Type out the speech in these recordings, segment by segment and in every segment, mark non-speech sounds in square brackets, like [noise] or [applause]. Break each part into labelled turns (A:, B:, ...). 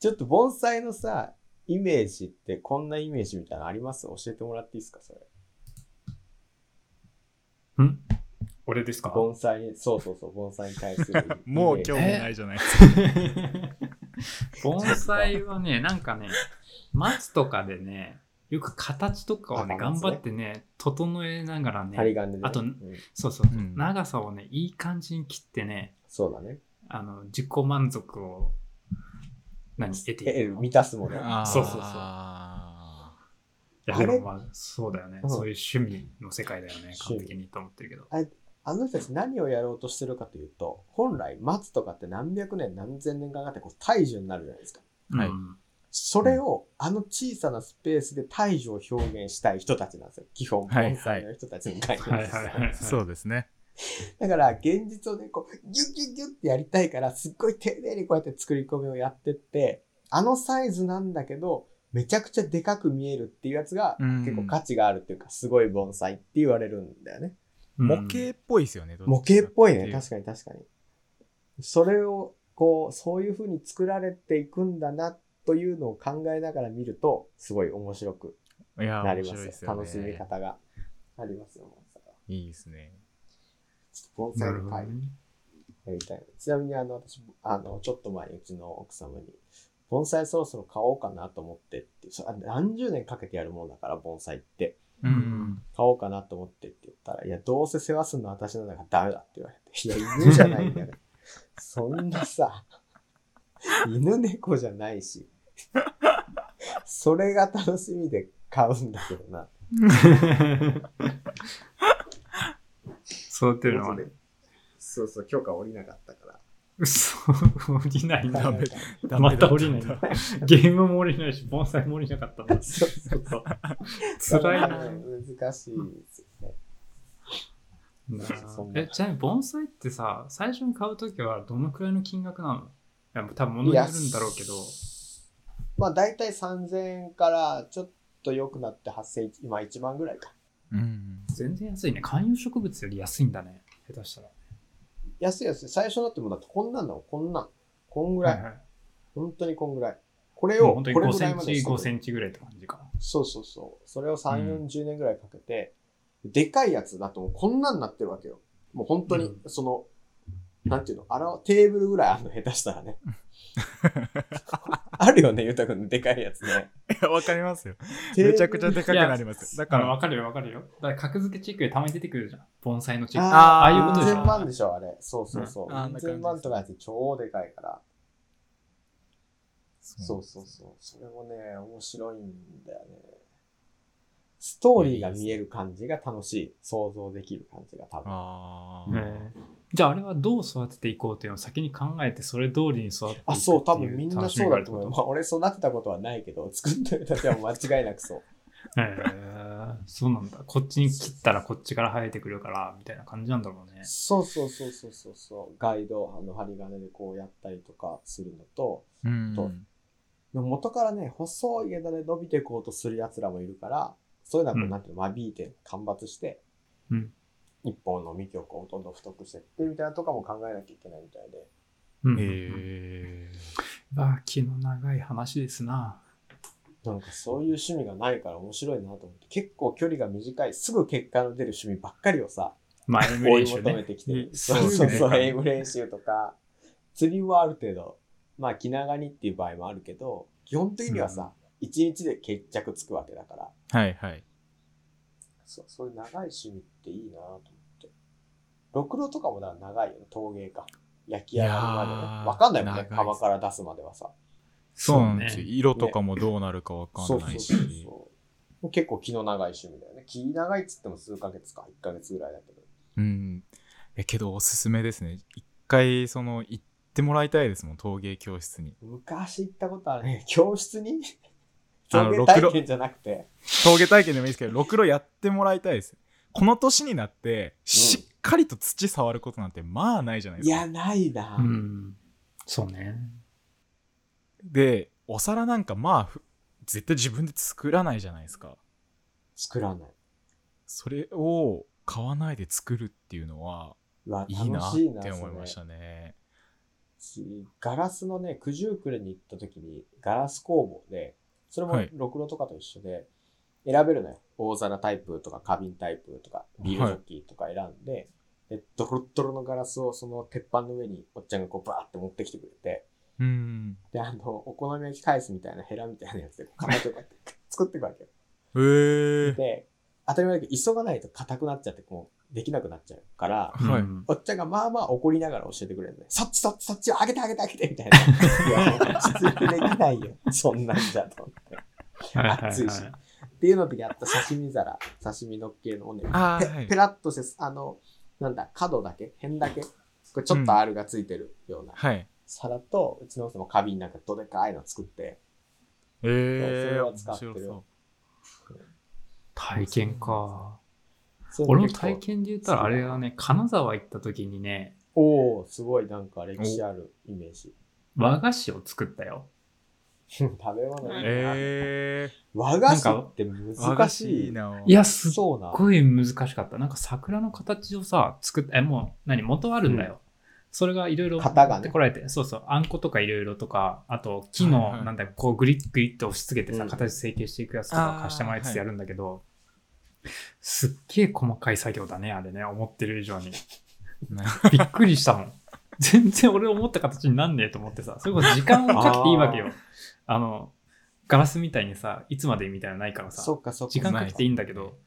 A: ちょっと盆栽のさ、イメージってこんなイメージみたいなのあります教えてもらっていいですかそれ。
B: ん俺ですか
A: 盆栽に、そうそうそう、盆栽に対するイメ
B: [laughs]
A: ージ。
C: もう興味
B: え
C: ないじゃないですか。
B: [laughs] 盆栽はね、なんかね、松とかでね、よく形とかをね、
A: あ
B: 頑
A: 松ね
B: 張ってね、整えながら
A: 針
B: ね、
A: 金で、ね。
B: あと
A: うん
B: そうそう、
C: うん
B: 長さをね、いい感じに切ってね、
A: そうだね。
B: あの、自己満足を、何、得てい
A: え
B: くの
A: 満たすもの。
C: あー
B: そうそうそう
C: あ
B: いや、
A: あれ
B: でもまあ、そうだよね。
A: うん
B: そういう趣味の世界だよね、
A: 趣味
B: 完璧にと思ってるけど。
A: あの人たち何をやろうとしてるかというと、本来松とかって何百年何千年かかってこう大樹になるじゃないですか。
C: はい
B: うん
A: それをあの小さなスペースで大樹を表現したい人たちなんですよ。基本、
C: はいはい
A: 盆栽の人たちの概
B: はい
A: 念で
B: はい
A: す。
B: はいはい。
C: ーそうですね。
A: だから現実をね、こう、ギュッギュッギュッってやりたいから、すっごい丁寧にこうやって作り込みをやってって、あのサイズなんだけど、めちゃくちゃでかく見えるっていうやつが、
C: うん
A: 結構価値があるっていうか、すごい盆栽って言われるんだよね。
B: うん
C: 模型っぽいですよね。ど
A: 模
C: ち
A: 型
C: か
A: っぽい
C: て
A: ね。
C: う
A: 確かに確かに。それを、こう、そういう風に作られていくんだなというのを考えながら見ると、すごい面白く
C: いやー、
A: なり
C: 面
A: ます
C: 白いで
A: よ。
C: すよね。
A: 楽しみ方がありますよ、盆栽は。
C: いいですね。
A: ちょっと盆
B: な
A: 栽
B: る
A: の
B: ほど
A: 会
B: ね。
A: やりたいな。ちなみに、あの、私、あの、ちょっと前にうちの奥様に、盆栽そろそろ買おうかなと思ってって、そあ何十年かけてやるものだから、盆栽って。
C: う。
B: うんん。
A: 買おうかなと思ってって言ったら、いや、どうせ世話すんの私なんだからダメだって言われて、いや、犬じゃないん
B: [laughs]
A: だから。そんなさ、犬猫じゃないし、それが楽しみで買うんだけどな。
B: 育てるのはね、
A: そうそう、許可下りなかったから。
B: 嘘、降りないんだ。
C: ダメ
A: [laughs]
C: ダメ
B: ま
C: だ
B: た降りないんだ。ゲームも降りないし、盆栽も降りなかったんだ。
A: そうそ
B: 辛いな。
A: [laughs] 難しいですよね。
B: な
A: そんな
B: えちなみに盆栽ってさ、最初に買うときはどのくらいの金額なのいや、多分物によるんだろうけど
A: いや。まあ、だいたい3000円からちょっと良くなって8000、今1万ぐらいか。
C: うん。
B: 全然安いね。観葉植物より安いんだね。下手したら。
A: 安い安い。最初だってもうだってこんなんだもん、こんなん。こんぐらい。
B: はい
A: 本当にこんぐらい。これ
B: もう
A: を、
B: 本
A: こ
B: 当
A: れ
B: に
A: ぐら
B: 5セ
A: い
B: ン
A: ま
B: チ、
A: でしてく
B: 5
A: る
B: センチぐらいって感じか。
A: そうそうそう。それを3、
C: うん
A: 40年ぐらいかけて、でかいやつだともうこんなんなってるわけよ。もう本当に、その、なんていうの、あら、テーブルぐらいあんの下手した
B: [laughs]
A: らね。あるよね、ゆうたくんのでかいやつね。
C: いや、わかりま
A: [laughs]
C: すよ。めちゃくち
A: テーブ
C: ゃ
A: ル
C: でかくなりますよ。だ
B: だか
C: からら、
B: 分かるよ分かるよ。だから格付けチェックでたまに出てくるじゃん。盆栽のチェック。
A: あああ
B: ああ
A: い
B: いうう
A: こ
B: ことと
A: で
B: で
A: し
B: し
A: ょ。
B: ょ
A: 何千万でしょ、あれ。そうそうそう。
C: うんあ
A: 何
C: んな感じです
A: 千万とかやつ超でかいから。そうそうそう。それもね、面白いんだよね。ストーリーが見える感じが楽しい。想像できる感じが多分。
C: あ
B: え
C: ー
B: えじゃああれはどう育てていこうっていうのを先に考えてそれ通りに育てていくっていう
A: あ、そう、多分みんなそうだと思う。
B: 楽し
A: まあ、俺育てたことはないけど、作ってる時は間違いなくそう。
B: みがあるってことええそうなんだ。こっちに切ったらこっちから生えてくるからみたいな感じなんだろうね。
A: そうそうそうそうそうそう。ガイド、あの、針金でこうやったりとかするのと、
C: うん。
A: そうでも元からね、細い枝で伸びていこうとする奴らもいるから、そういうのはこ
B: う
A: う、
B: ん
A: なんていうの、間引いて、間伐して、
B: うん
A: 一本の幹をこう、どんどん太くしてって、みたいなとかも考えなきゃいけないみたいで。
B: うん
C: へえ。
B: ああ、気の長い話ですな。
A: なんかそういう趣味がないから面白いなと思って、結構距離が短い、すぐ結果の出る趣味ばっかりをさ、
B: まあ、エ
A: 追
B: ム練
A: い
B: 習
A: 求め
B: ね。
A: てきてる。
B: うん
A: そうそう
C: そ
A: そうう、
C: ね
A: エイム練習とか、釣りはある程度、まあ気長にっていう場合もあるけど、基本的にはさ、一、日で決着つくわけだから、
C: はいはい。
A: そうそういう長い趣味っていいなと思って。ろくろとかもだから長いよね、陶芸か。焼き上がるまで
C: いや
A: ね。
C: ー
A: わかんないもんね
C: 長、い
A: 窯から出すまではさ。
C: そうなんですよ。
B: ね
C: 色とかもどうなるかわか
A: そ
C: ん
A: うそ
C: な
A: う
C: い
A: そう
C: し。
A: そう。結構気の長い趣味だよね。気長いっつっても数ヶ月か、1ヶ月ぐらいだけど。
C: うん。え、けどおすすめですね。一回、その、行ってもらいたいですもん、陶芸教室に。
A: 昔行ったことあるね。 [laughs] 教室に陶
C: あの
A: 芸
C: ろくろ
A: 体験じゃなくて。
C: 陶芸体験でもいいですけど、ろくろやってもらいたいです。この年になって、しっかりと土触ることなんて、まあないじゃないで
A: い
C: すか。
A: や、ないな。
B: うん。そうね。
C: で、お皿なんか、まあ、ふ絶対自分で作らないじゃないですか。
A: 作らない。
C: それを買わないで作るっていうのは、
A: うわ、
C: いいな
A: 楽
C: っ
A: しいな。
C: て思い
A: それ
C: ましたね。
A: 次ガラスのね、九十九里に行った時に、ガラス工房で、それも
C: はい
A: ろくろとかと一緒で、選べるのよ。大皿タイプとか、花瓶タイプとか、ビールジョッキーとか選んで、で、ドロッドロのガラスをその鉄板の上におっちゃんがこうバーって持ってきてくれて、
C: うん。
A: で、あの、お好み焼き返すみたいなヘラみたいなやつで、かめてこうやって作っていくわけよ。
C: [laughs] えー。
A: で、当たり前だけど、急がないと硬くなっちゃって、もうできなくなっちゃうから、
C: はい
B: うん
A: おっちゃんがまあまあ怒りながら教えてくれるね。そっちそっちそっちを上げて上げて上げてみたいな。
B: [laughs]
A: いや、もう落ち着いてできないよ。そんなんじゃと思って。
B: はいはいはい
A: 熱いしっていうのでやった刺身皿、刺身のっけのおね、
C: あーは
A: ペ
C: い。
A: ラッとして、あの、なんだ、角だけ辺だけこれちょっと R がついてるような
C: はい。
A: 皿と、うちの奥さんも花瓶なんかどでかいの作って、
C: え
A: それ
C: ー。
A: は
C: 面
A: 使
C: 白
A: ってる
C: そう。
B: 体験か。
A: そういう
B: 俺
A: の
B: も
A: 結構
B: 体験で言ったらあれはね、金沢行った時にね、
A: おおすごいなんか歴史あるイメージ。
B: 和菓子を作ったよ。
A: 食べ物いいな。
C: え
A: 和菓子って難し
C: ー。
A: い。
C: 和菓子いいな。
B: いや、すっ
A: そうな。
B: ごい難しかった。なんか桜の形をさ、作って、え、もう、何、元あるんだよ。それがいろいろ
A: 型がね
B: 持ってこられて、そうそう、あんことかいろいろとか、あと木
C: はいは
B: の、
C: い
B: なんだよこうグリッグリッと押し付けてさ、
A: うん
B: 形成形していくやつとか貸してもらいつつやるんだけど、すっげえ細かい作業だね、あれね、思ってる以上に。びっくりしたもん。 [laughs] 全然俺思った形になんねえと思ってさ、それこそ時間をかけていいわけよ。あの、ガラスみたいにさ、いつまでみたいなのないからさ、
A: そっかそっか。
B: 時間かけていいんだけど、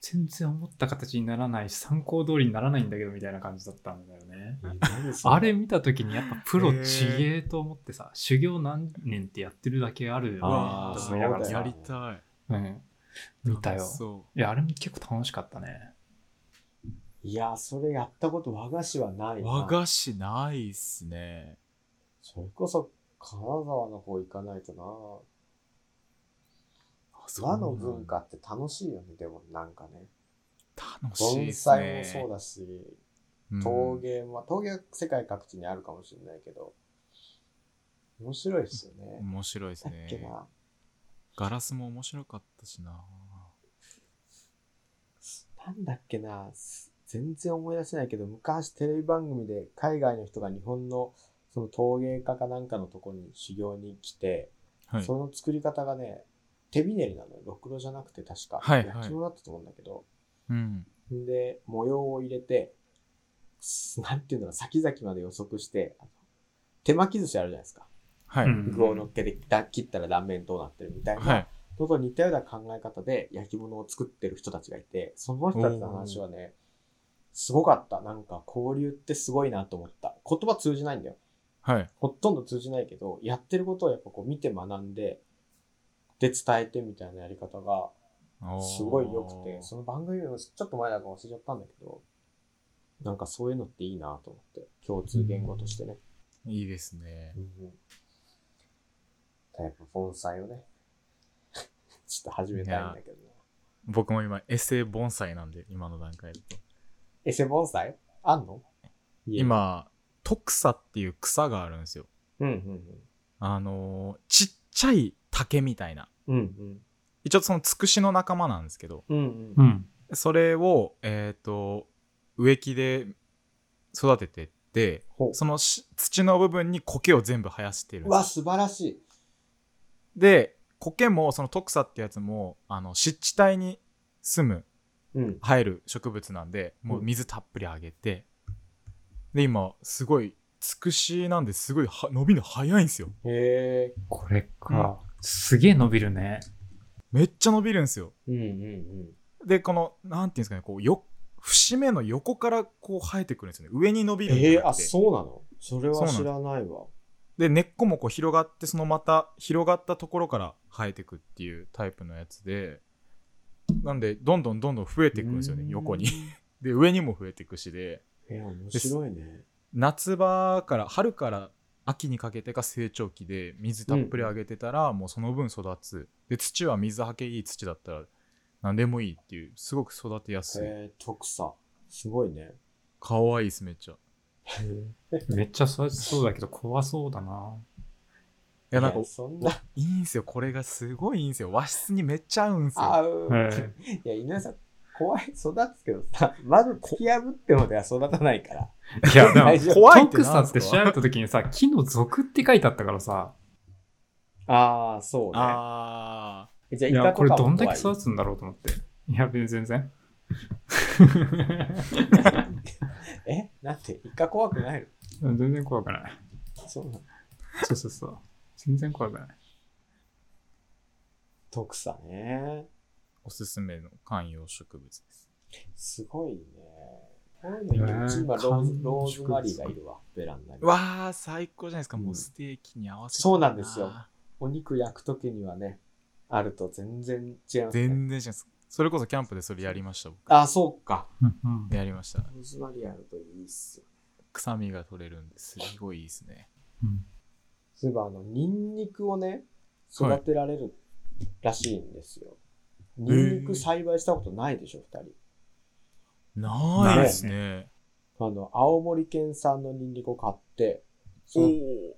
B: 全然思った形にならないし、参考通りにならないんだけどみたいな感じだったんだよね。
A: え何そ
B: あれ見た時にやっぱプロちげえと思ってさ、修行何年ってやってるだけあるよね
A: あ
C: ー
B: と思いながら
A: そう
C: や
B: さ
A: だ
C: り
A: よ、
C: たい。
B: うん、見たよ。
C: そ。
B: いや、あれも結構楽しかったね。
A: いや、それやったこと和菓子はないうな。
C: 和菓子ないっすね。
A: それこそ、金沢の方行かないとな。和の文化って楽しいよね、でもなんかね。
C: 楽しいっ
A: 盆
C: す
A: 栽
C: ね。
A: もそうだし、
C: うん
A: 陶芸は、陶芸は世界各地にあるかもしれないけど、面白いですよね。
C: 面白いです
A: だっけ
C: ね。
A: な。
C: ガラスも面白かったしな。
A: なんだっけな、す全然思い出せないけど、昔テレビ番組で海外の人が日本のその陶芸家かなんかのとこに修行に来て、
C: はい。
A: その作り方がね、手びねりなのよ。ろくろじゃなくて確か。
C: はいはい
A: 焼き物だったと思うんだけど。
C: うん。
A: で、模様を入れて、すなんていうんだろう、先々まで予測して、あの手巻き寿司あるじゃないですか。
C: はい。
B: うん
A: 具を乗っけてだ切ったら断面どうなってるみたいな。
C: はい。
A: のと似たような考え方で焼き物を作ってる人たちがいて、その人たちの話はね、すごかった。なんか交流ってすごいなと思った。言葉通じないんだよ。
C: はい。
A: ほとんど通じないけど、やってることをやっぱこう見て学んで、で伝えてみたいなやり方が
C: おー
A: すごい良くて、その番組もちょっと前だから忘れちゃったんだけど、なんかそういうのっていいなと思って、共通言語としてね。
C: いいですね。
A: やっぱ盆栽をね、 [laughs] ちょっと始めたいんだけどね。
C: 僕も今、エセ盆栽なんで、今の段階だと。
A: エセ盆栽あんの。
C: 今、トクサっていう草があるんですよ。
A: うんうん
C: あのーちっちゃい竹みたいな。
A: うん。うん
C: 一応そのつくしの仲間なんですけど、
A: うん。うんう。
B: うんん。
C: それを、えっ、と、植木で育ててって、
A: ほう。
C: そのし土の部分に苔を全部生やしてるん
A: う
C: ですよ
A: わ、素晴らしい。
C: で苔もそのトクサってやつもあの湿地帯に住む
A: うん。
C: 生える植物なんでもう水たっぷりあげて、で今すごいつくしなんですごいは伸びるの早いんですよ
A: へえ。
B: これか。すげえ伸びるね。
C: めっちゃ伸びるんですよ
A: うんうん
C: でこのなんていうんですかねこうよ節目の横からこう生えてくるんですよね上に伸び
A: うん。
C: るんじゃ
A: ええ
C: なくて
A: あ、そうなのそれは
C: そ
A: 知
C: うな
A: らないわ。
C: で根っこもこう広がってそのまた広がったところから生えてくっていうタイプのやつでなんでどんどんどんどん増えていくんですよね
A: うん
C: 横にで上にも増えていくしで
A: えー、面白いね。
C: 夏場から春から秋にかけてが成長期で水たっぷりあげてたら、もうその分育つで土は水はけいい土だったら何でもいいっていうすごく育てやすい
A: えー、特さ。すごいね。
C: 可愛いですめっちゃい
B: めっちゃそうそうだけど怖そうだな。
C: やなん
A: い
C: か
A: やそんな、
C: いいんすよこれがすごいいいんすよ和室にめっちゃ合うんすよ
A: 合う。
B: はい
A: いや、井上さん、怖い、育つけどさ、まず突き破ってまでは育たないから。
B: いや、でも
A: 大丈夫、
C: 怖いっ
B: ト
C: て
B: ック
C: な
B: さ
C: ん
B: ん
C: す
B: っ
C: か
B: て調べた時にさ、木の属って書いてあったからさ、
A: ああ、そうね。
C: あ
A: じゃあ、
B: い
A: イカ
B: や、
A: とか
B: これ
A: も
B: どんだ
A: 怖
B: け
A: い
B: 育つんだろうと思って。いや、全 [laughs] 然。
A: [laughs] えなんて、イカ怖くないの
B: 全然怖くない。
A: そうなの
B: そうそうそう。全然怖くない。
A: 徳さね。
C: おすすめの観葉植物です。
A: すごいね。こういうのいい、うち今ローズ、ローズマリーがいるわ、ベランダに。
C: わあ最高じゃないですか、も
A: うん
C: うステーキに合わせて
A: そうなんですよお肉焼くときにはね、あると全然違いますね。
C: 全然違いますそれこそキャンプでそれやりました僕
A: あ、そうか。
C: やりました
A: ローズマリーあるといいっすよ。
C: 臭みが取れるんですごいいいですね
A: そういえば、あの、ニンニクをね、育てられるらしいんですよ。ニンニク栽培したことないでしょ、二人。
C: ないですね
A: あの、青森県産のニンニクを買って、その
C: お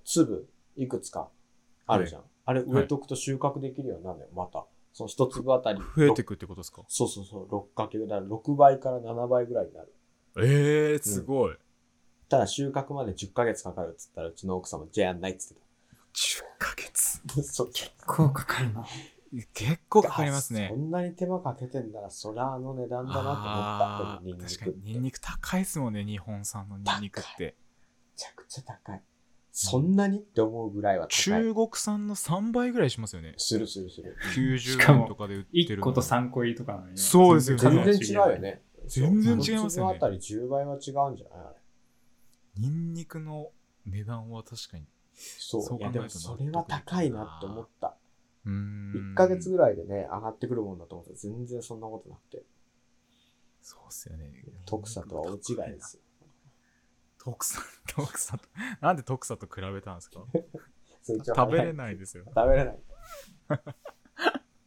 A: 粒、いくつかあるじゃん。あれ植えとくと収穫できるようになるのよ、また。その一粒あたり。
C: 増えてくってことですか
A: そうそうそう、6かけぐらい、6倍から7倍ぐらいになる。
C: ええー、すごい、
A: ただ収穫まで10ヶ月かかるっつったら、うちの奥様、じゃあやんないっつって
C: 10ヶ月
A: た。そう
B: 怖かかるな。
C: 結構かかりますね
A: そんなに手間かけてんなら、そらあの値段だな
C: あ
A: と
C: ー
A: 思った。
C: 確
A: で
C: か
A: も
C: にニンニク高いですもんね日本産のニンニクって
A: めちゃくちゃ高い。そんなにって思うぐらいは高い。
C: 中国産の3倍ぐらいしますよね
A: するするする。
B: しか
C: 90
B: も
C: 円とかで売ってる
B: 1
C: の
B: 個と3個入りとかなのに。
C: そうですよ
A: 全
B: 全
A: 然
B: 然
A: 違うよ。ね。
C: 全然違いますよね
A: 一粒あたり10倍は違うんじゃないあれ
C: ニンニクの値段は確かに
A: そう。
C: そう
A: いや、
C: 考え
A: で
C: ると
A: もそれは高いなって思った。
C: うーん
A: 1ヶ月ぐらいでね、上がってくるもんだと思ったら全然そんなことなくて。
C: そうっすよね
A: 徳さとは大違いですよ。
C: 徳さん徳さんと [laughs] なんで徳さんと比べたんで
A: [laughs]
C: すか
A: そ一応
C: 食べ
A: 早
C: れないですよ
A: [laughs] 食べれない。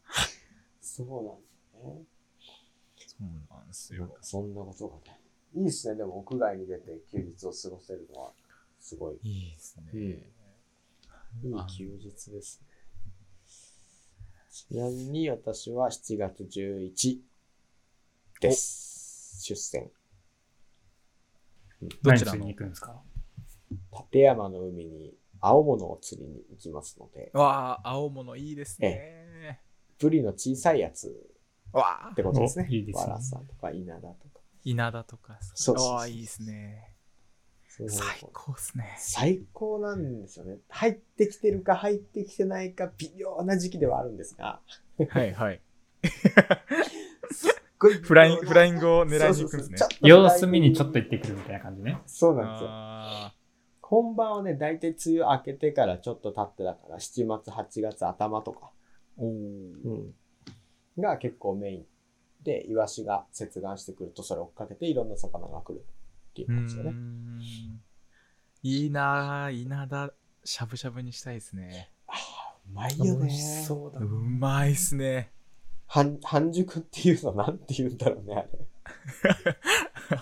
A: そうなんだね。
C: そうなんです
A: なん
C: よ
A: かそんなことがね。いいですね、でも屋外に出て休日を過ごせるのは、すごい。
C: いいですね
A: いい休日ですね。ちなみに私は7月11です。出戦。
B: ど
C: ど
B: ち
C: ち
B: ら
C: ら
B: に
C: の
B: 行くんですか
A: 立山の海に青物を釣りに行きますので、
C: わあ青物いいですね
A: ブリの小さいやつ
C: わあ
A: ってことですね。
B: おいいですね
A: ワラサとかイナダとか。
C: 稲田とか
A: そうそうそう
C: わあいいですね
A: そういうのを
C: 最高ですね
A: 最高なんですよね。入ってきてるか入ってきてないか微妙な時期ではあるんですが。
C: はいはい
A: フ
C: フラインフライングを狙いに行くんですね
B: 様子見にちょっと
A: 行
B: 行ってくるみたいな感じね。
A: そうなんですよ。
C: あ
A: 本番はね、大体梅雨明けてからちょっと経ってだから、7月、8月頭とか、
C: ーお
A: う
C: ー
A: ん、が結構メインで、イワシが接岸してくると、それを追っかけていろんな魚が来るっていう
C: うー
A: 感じだね。
C: んいいなあ稲田しゃぶしゃぶにしたいですね
A: ああ、うまい
B: 美
A: よ
B: 味
A: ね。
B: しそうだ
C: う。まいっすね [laughs]
A: 半半熟っていうのなんて言うんだろうね、あれ。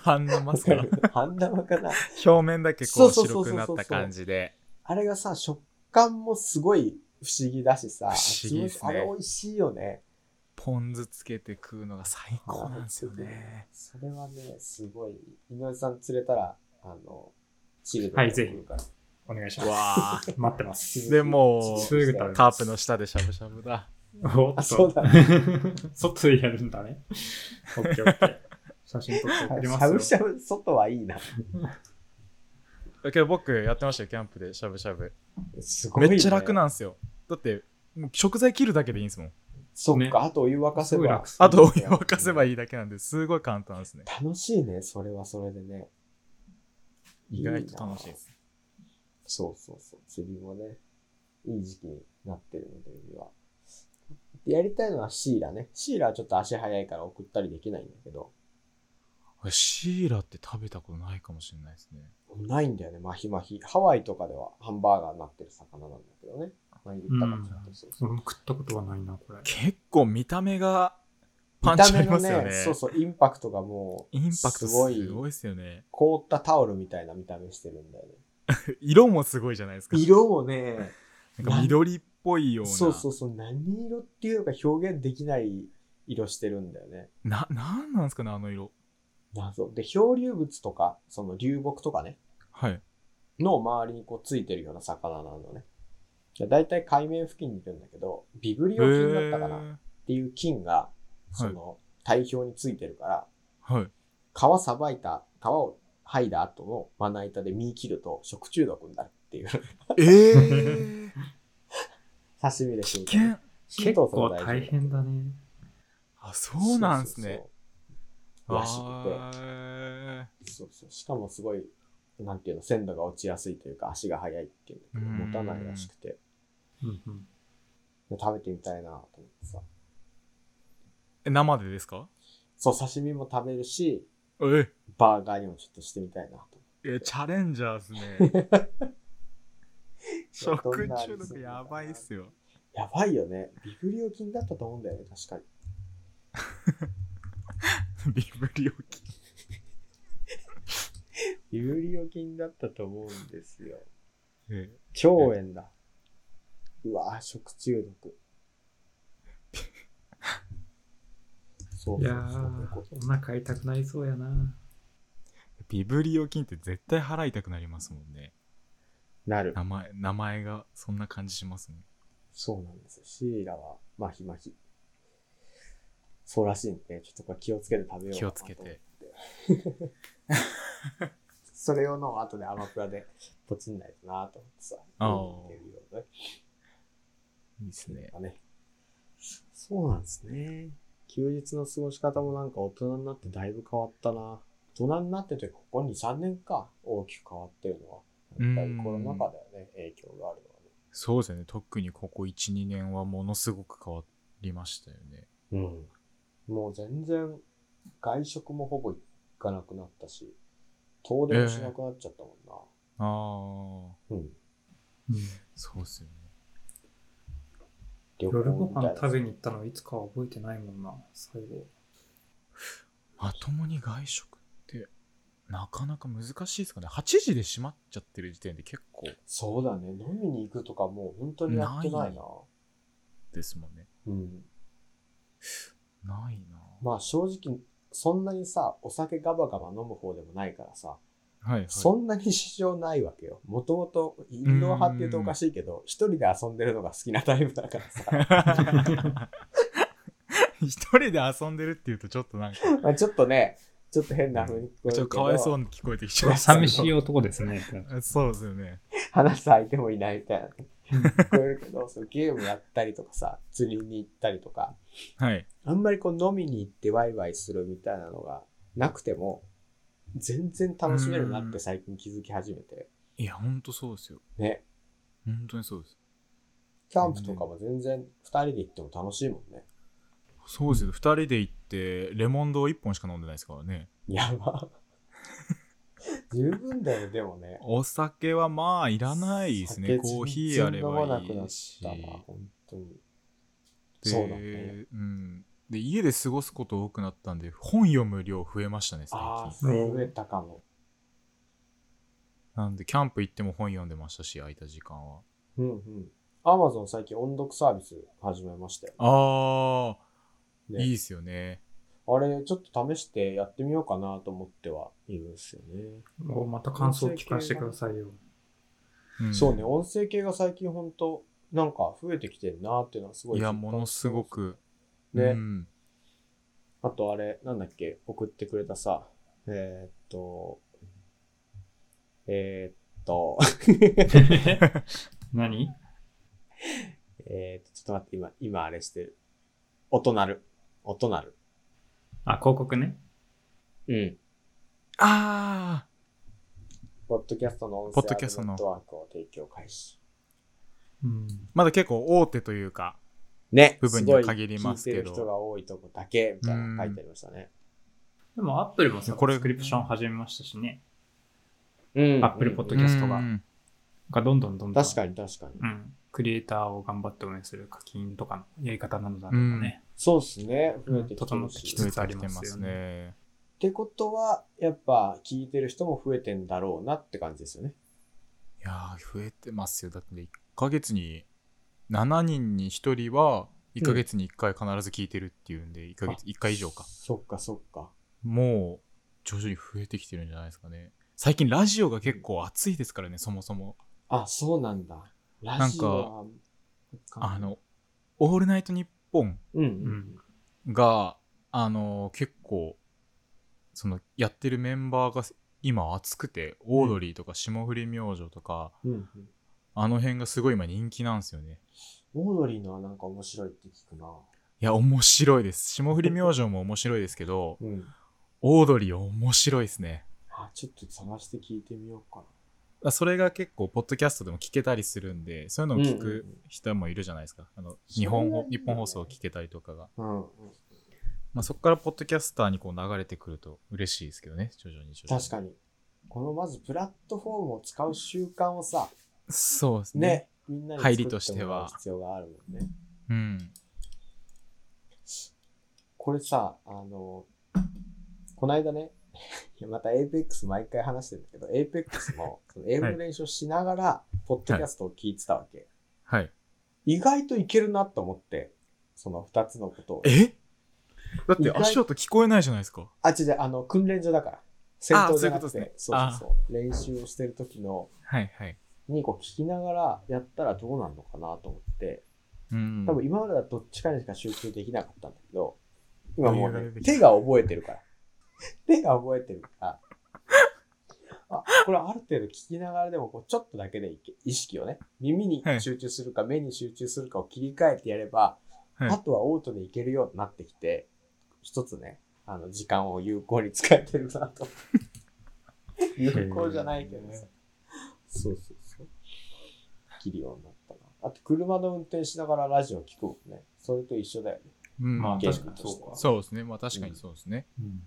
C: 半生っすか
A: 半生かな。
C: 表面だけこう
A: そうそうそうそう
C: 白
A: そう
C: くなった感じで
A: あれがさ、食感もすごい不思議だしさ、
C: 不思議ですね
A: あれ美味しいよね。
C: ポン酢つけて食うのが最高なんですよね。
A: それはね、すごい。井上さん釣れたら、あの、チルド
B: はいぜひ
A: 送るから
B: お願いします。
C: わあ
B: 待ってます。
C: でも
B: すぐ食べます
C: カープの下でしゃぶしゃぶだ
B: おっと
A: あそうだ
B: 外でやるんだね。オッケーオッケー。写真撮っ
A: [laughs]
B: て送り
A: し
B: ま
A: ゃぶ
B: す
A: し
B: よ。
A: ゃぶ、外はいいな。
C: だけど僕やってましたよキャンプでしゃぶしゃぶ
A: すごい、
C: めっちゃ楽。なんですよだって食材切るだけでいいんですもん
A: そっか、
B: ね
A: あとお湯沸かせ
B: すごい
A: ば
B: 楽。そう
C: あとお湯沸かせばいいだけなんですごい簡単ですね
A: 楽しいね、それはそれでね。
C: 意外と楽しいです
A: そうそうそう。釣りもね、いい時期になってるので、海は。やりたいのはシイラね。シイラはちょっと足早いから送ったりできないんだけど、
C: シイラって食べたことないかもしれないですね
A: ないんだよね、マヒマヒ。ハワイとかではハンバーガーになってる魚なんだけどね。前に言ったかもしれない。そうそう
B: 俺も食ったことはないな、これ。
C: 結構見た目がパ
A: 見
C: ン
A: た
C: チあ
A: 目
C: り
A: の
C: ますよ
A: ね
C: ね、
A: そうそう、インパクトがもう、
C: インパクト
A: す
C: す
A: ご
C: ご
A: い
C: いですよね
A: 凍ったタオルみたいな見た目してるんだよね。
C: 色もすごいじゃないですか
A: 色もね、
C: なんか緑っぽいような
A: そうそうそう、何色っていうのか表現できない色してるんだよね。
C: な、なんなんですかね、あの色。
A: 謎。で、漂流物とか、その流木とかね、
C: はい。
A: の周りにこうついてるような魚なのね。で大体海面付近にいるんだけど、ビブリオ菌だったかなっ
C: へ
A: ていう菌が、その、体表についてるから、
C: ー
A: [laughs]
C: はい。
A: 皮さばいた、皮を剥いだ後のまな板で身切ると食中毒になるっていう。 [laughs]
C: えー、
A: 刺身で死
C: 危
A: ぬから
C: 険。
B: 結構大変だね。
C: あ、そうなんです
A: そうそ
C: ね。。
A: うそうらし
C: あ
A: くて。そうそう。しかもすごい、なんていうの、鮮度が落ちやすいというか、足が速いっていうの
C: うーん
A: 持たないらしくて。
B: うんうん
A: で食べてみたいなと思ってさ。
C: ー生でですか
A: そう、刺身も食べるし、
C: え
A: バーガーにもちょっとしてみたいなと思
C: え、チャレンジャー
A: [laughs]
C: ですね。食中毒やばいっすよ。
A: う。
C: [laughs]
A: やばいよね。ビフリオ菌だったと思うんだよね、確かに。
C: ビブリオ菌。
A: ビフリオ菌だったと思うんですよ。
C: え
A: 腸炎だ。うわぁ、食中 [laughs] 毒。そうそう
B: いや
A: そういうこ
B: ー
A: と。、
B: お腹痛くなりそうやな。
C: ビブリオ菌って絶対払いたくなりますもんね。
A: なる。
C: 名前、名前がそんな感じしますね。
A: そうなんですよ。シイラは、まひまひ。そうらしいんで、ちょっとこれ気をつけて食べようかなと
C: 気をつけて。
A: それ用のを後でアマプラでポチんないとなと思ってさ。
C: あー
A: 見てるようない
C: いですね。
A: ね。そうなんですね。休日の過ごし方もなんか大人になってだいぶ変わったな。大人になってというか、ここ2、3年か、大きく変わってるのは。やっぱりコロナ禍だよね、影響があるのはね。
C: そうですね。特にここ1、2年はものすごく変わりましたよね。
A: うん。もう全然、外食もほぼ行かなくなったし、遠出もしなくなっちゃったもん
C: ああ、
A: な。うん。
C: そうっすよね。
A: 旅
B: 夜ご
A: みたいな
B: 飯食べに行ったのいつかは覚えてないもんな、最後。
C: まともに外食って、なかなか難しいですかね。8時で閉まっちゃってる時点で結構
A: そうだね。飲みに行くとかもう本当にやってないな。
C: ないですもんね。
A: うん。
C: ないな
A: まあ正直、そんなにさ、お酒ガバガバ飲む方でもないからさ、
C: はい、はい。
A: そんなに支障ないわけよ。もともと、インドア派って言うとおかしいけど、一人で遊んでるのが好きなタイプだからさ、 [laughs]
C: [laughs] 一人で遊んでるっていうとちょっとなんか、
A: まあちょっとね、ちょっと変な風に聞こえる
C: ち
A: けど、
C: ょっとかわいそうに聞こえてきちゃう。
B: 寂しい男ですね。
A: [laughs]
C: そうですよね。
A: 話す相手もいないみたいな。聞こえるけど、そのゲームやったりとかさ、釣りに行ったりとか、
C: はい。
A: あんまりこう飲みに行ってワイワイするみたいなのがなくても、全然楽しめるなって最近気づき始めて。
C: いや、ほんとそうですよ。
A: ね。
C: ほんとにそうです。
A: キャンプとかも全然2人で行っても楽しいもんね。
C: そうですよ。二人で行って、レモンドを一本しか飲んでないですからね。
A: や
C: [laughs]
A: ば。十分だよ、でもね。
C: お酒はまあいらないです
A: 酒
C: ね。コーヒーあれば
A: 全然飲まなく
C: い
A: なっ
C: いし。
A: たな、本当に。
C: で
A: そうだね。
C: うん。で、家で過ごすこと多くなったんで、本読む量増えましたね、最
A: ああ、
C: 近。
B: うん
A: 増えたかも。
C: なんで、キャンプ行っても本読んでましたし、空いた時間は。
A: うんうん。アマゾン最近音読サービス始めましたよ。
C: ああ、
A: ね
C: いいですよね。
A: あれ、ちょっと試してやってみようかなと思ってはいるんですよね。
B: もうまた感想を聞かせてくださいよ。
C: ん
A: そうね、音声系が最近本当なんか増えてきてるなっていうのはすごい
C: い
A: 実
C: や、
A: 感
C: ものすご。く。
A: ね
C: うん。
A: あとあれ、なんだっけ、送ってくれたさ、えー、っと、えー、っと、 [laughs]
B: 何 [laughs]
A: えー、と、ちょっと待って、今、今あれしてる。音鳴る。音鳴る。
B: あ、広告ね。
A: うん。
C: ああ、
A: ポッドキャストの音
C: ポッドキャスト
A: 声
C: の
A: ネットワークを提供開始。
B: うん。
C: まだ結構大手というか、
A: ね。
C: 部分には限ります
A: すごい聞
C: けど
A: いてる人が多いとこだけ、みたいなの書いてありましたね。
B: でも、アップルもさ、
C: こ
B: こ
C: れ
B: れスクリプション始めましたしね。
A: うん
B: Apple
A: うん
B: Podcast キャストが
C: うん
B: がどんどんどんどん。
A: 確かに確かに。
B: うん。クリエイターを頑張って応援する課金とかのやり方なのだとかね。
A: そうっすね。増えてきて
B: 整
A: る
B: ってき
A: し。
B: つ
A: っ
C: 増え
B: つあ
C: て
B: り
C: きて
B: ま
C: ます
B: よ
C: す
B: ね
C: ね。
A: てことは、やっぱ聞いてる人も増えてんだろうなって感じですよね。
C: いやー、増えてますよ。だって1ヶ月に7人に1人は1ヶ月に1回必ず聞いてるっていうんで、1ヶ月、1回以上か。
A: そっかそっか。
C: もう、徐々に増えてきてるんじゃないですかね。最近ラジオが結構熱いですからね、そもそも。
A: あ、そうなんだ。ラジオは
C: あ、の、オールナイトニッポン
A: うんう
B: うんん。
C: が、あの、結構、その、やってるメンバーが今熱くて、オードリーとか霜降り明星とか、
A: うんうん。
C: あの辺がすごい今人気なんですよね。
A: オードリーのはなんか面白いって聞くな。
C: いや、面白いです。霜降り明星も面白いですけど、
A: うん。
C: オードリー面白いですね。
A: あ、ちょっと探して聞いてみようか
C: あそれが結構、ポッドキャストでも聞けたりするんで、そういうのを聞
A: うんうんう
C: く
A: ん
C: 人もいるじゃないですか。あの
A: そう
C: 日
A: なん
C: 本語
A: だ、
C: 日本放送を聞けたりとかが。
A: な。うん。
C: まあ、そこからポッドキャスターにこう流れてくると嬉しいですけどね、徐々に徐々に。
A: 確かに。このまずプラットフォームを使う習慣をさ、
C: そうですね。
A: ね、みんなに
C: 入り
A: 作
C: と
A: っ
C: して
A: もらう
C: は
A: 必要があるもんね。
C: うん。
A: これさ、あの、こないだね、 [laughs] いやまた APEX 毎回話してるんだけど、APEX もその英語の練習をしながら、ポッドキャストを聞いてたわけ。
C: はい。
A: 意外といけるなと思って、その二つのことを。
C: えだっ
A: 意
C: て
A: 外
C: 足音聞こえないじゃないですか。
A: あ、違う違う、あの、訓練所だから。戦闘じゃなくて、
C: そういうことです
A: そ
C: ね
A: う
C: あ
A: そうそう。練習をしてる時の、
C: はいはい。
A: にこう聞きながらやったらどうなるのかなと思って、
C: うん
A: 多分今まではどっちかにしか集中できなかったんだけど、今もう
C: 余裕が出
A: ね
C: て、きた
A: 手が覚えてるから。 [laughs] 手が覚えてるから。あ、これある程度聞きながらでも、こうちょっとだけでいけ意識をね、耳に集中するか、目に集中するかを切り替えてやれば、
C: はい
A: あとはオートでいけるようになってきて、一つね、あの、時間を有効に使えてるなと。有効じゃないけどさ。そうそうそう。切るようになったな。あと、車の運転しながらラジオ聞くもんね。それと一緒だよね。
C: うん
B: まあ
A: ゲー
B: 確か
A: ム
B: に
A: として
B: そうか。
C: そうですね。まあ確かにそうですね。
B: うん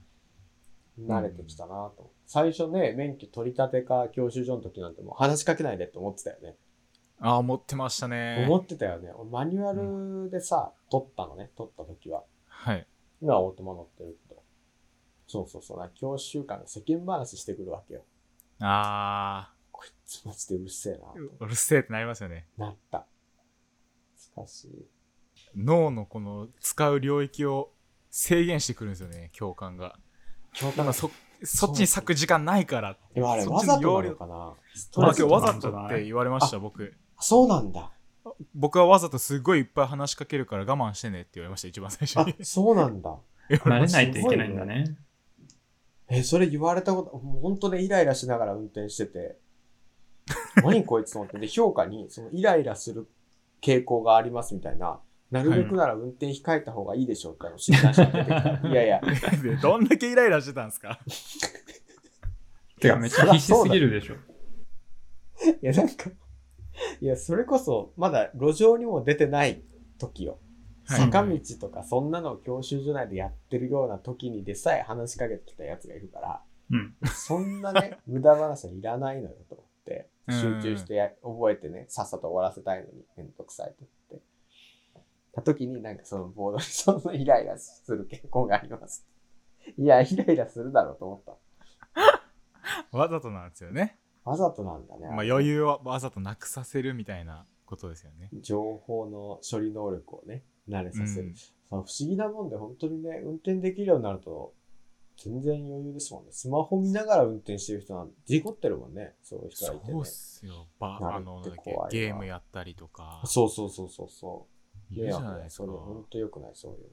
A: 慣れてきたなと。最初ね、免許取り立てか教習所の時なんてもう話しかけないでって思ってたよね。
C: ああ、持ってましたね。
A: 思ってたよね。俺マニュアルでさ、取ったのね、取った時は。
C: はい。
A: 今はオートマ乗ってるけど。そうそうそうな、教習官が世間話してくるわけよ。
C: あ
A: こいつマジでうるせえな
C: あ、うるせえってなりますよね。
A: なった。懐かしい。
C: 脳のこの使う領域を制限してくるんですよね、共感が。
A: 教官
C: なん
A: が
C: かそそっちに咲く時間ないから。
A: でもあれ、
C: そ
A: わ
C: っち
A: ざ
C: の
A: と
C: 容
A: なの
C: 量。
A: かなスト
B: ま
A: レ
C: あ
B: あ
A: ス
C: 今日
A: なの
C: わ
A: か
C: ざ
A: な
C: とって言われました、僕。
A: そうなん
C: [laughs]
A: だ。
C: 僕はわざとすごいいっぱい話しかけるから我慢してねって言われました、一番最初
A: あ
C: に、。
A: そうなんだ。
B: 慣れないといけないんだね。
A: え、それ言われたこと、もう本当ね、イライラしながら運転して
C: [laughs]
A: て、何こいつと思って、で、評価に、そのイライラする傾向がありますみたいな、なるべくなら運転控えた方がいいでしょうってあの診断書が出てき
C: [laughs]
A: た。いやいや、
C: でどんだけイライラしてたんですか
B: てかめっちゃ必死すぎるでしょ。
A: いや、なんか、いや、それこそ、まだ路上にも出てない時よ。
C: はい
A: 坂道とか、そんなのを教習所内でやってるような時にでさえ話しかけてきたやつがいるから、
B: うん。
A: そんな
C: [laughs]
A: ね、無駄話はいらないのよと思って、集中してや覚えてね、さっさと終わらせたいのに、めんどくさいと思って。た時になんかそのボードにそのイライラする傾向があります。いや、イライラするだろうと思った。
C: わざとなんですよね。
A: わざとなんだね。
C: まあ、余裕をわざとなくさせるみたいなことですよね。
A: 情報の処理能力をね、慣れさせる。
C: うん
A: さ不思議なもんで、本当にね、運転できるようになると、全然余裕ですもんね。スマホ見ながら運転してる人なんて、事故ってるもんね、そういう人
C: そ
A: がいてね
C: うっ。すよ。ば
A: な
C: あ
A: る
C: の
A: っ
C: な
A: て
C: んだっ
A: 怖いわ
C: けゲームやったりとか。
A: そうそうそうそうそう。
C: い
A: い
C: る
A: や
C: じ
A: い
C: ゃ
A: や
C: ない、です
A: そ
C: か
A: れ。本当良くない、そういうの。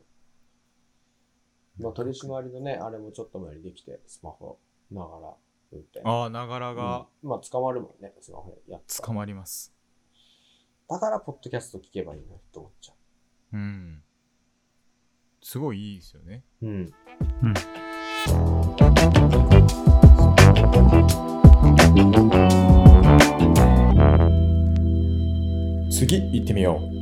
A: まあ、取り締まりのね、あれもちょっと前にできて、スマホながら運転。
C: ああ、ながらが
A: うんまあ、捕まるもんね、スマホやったら
C: 捕まります。
A: だから、ポッドキャスト聞けばいいなと思っちゃ
C: うん。すごいいいですよね。
A: う。うん。
C: 次行ってみよう。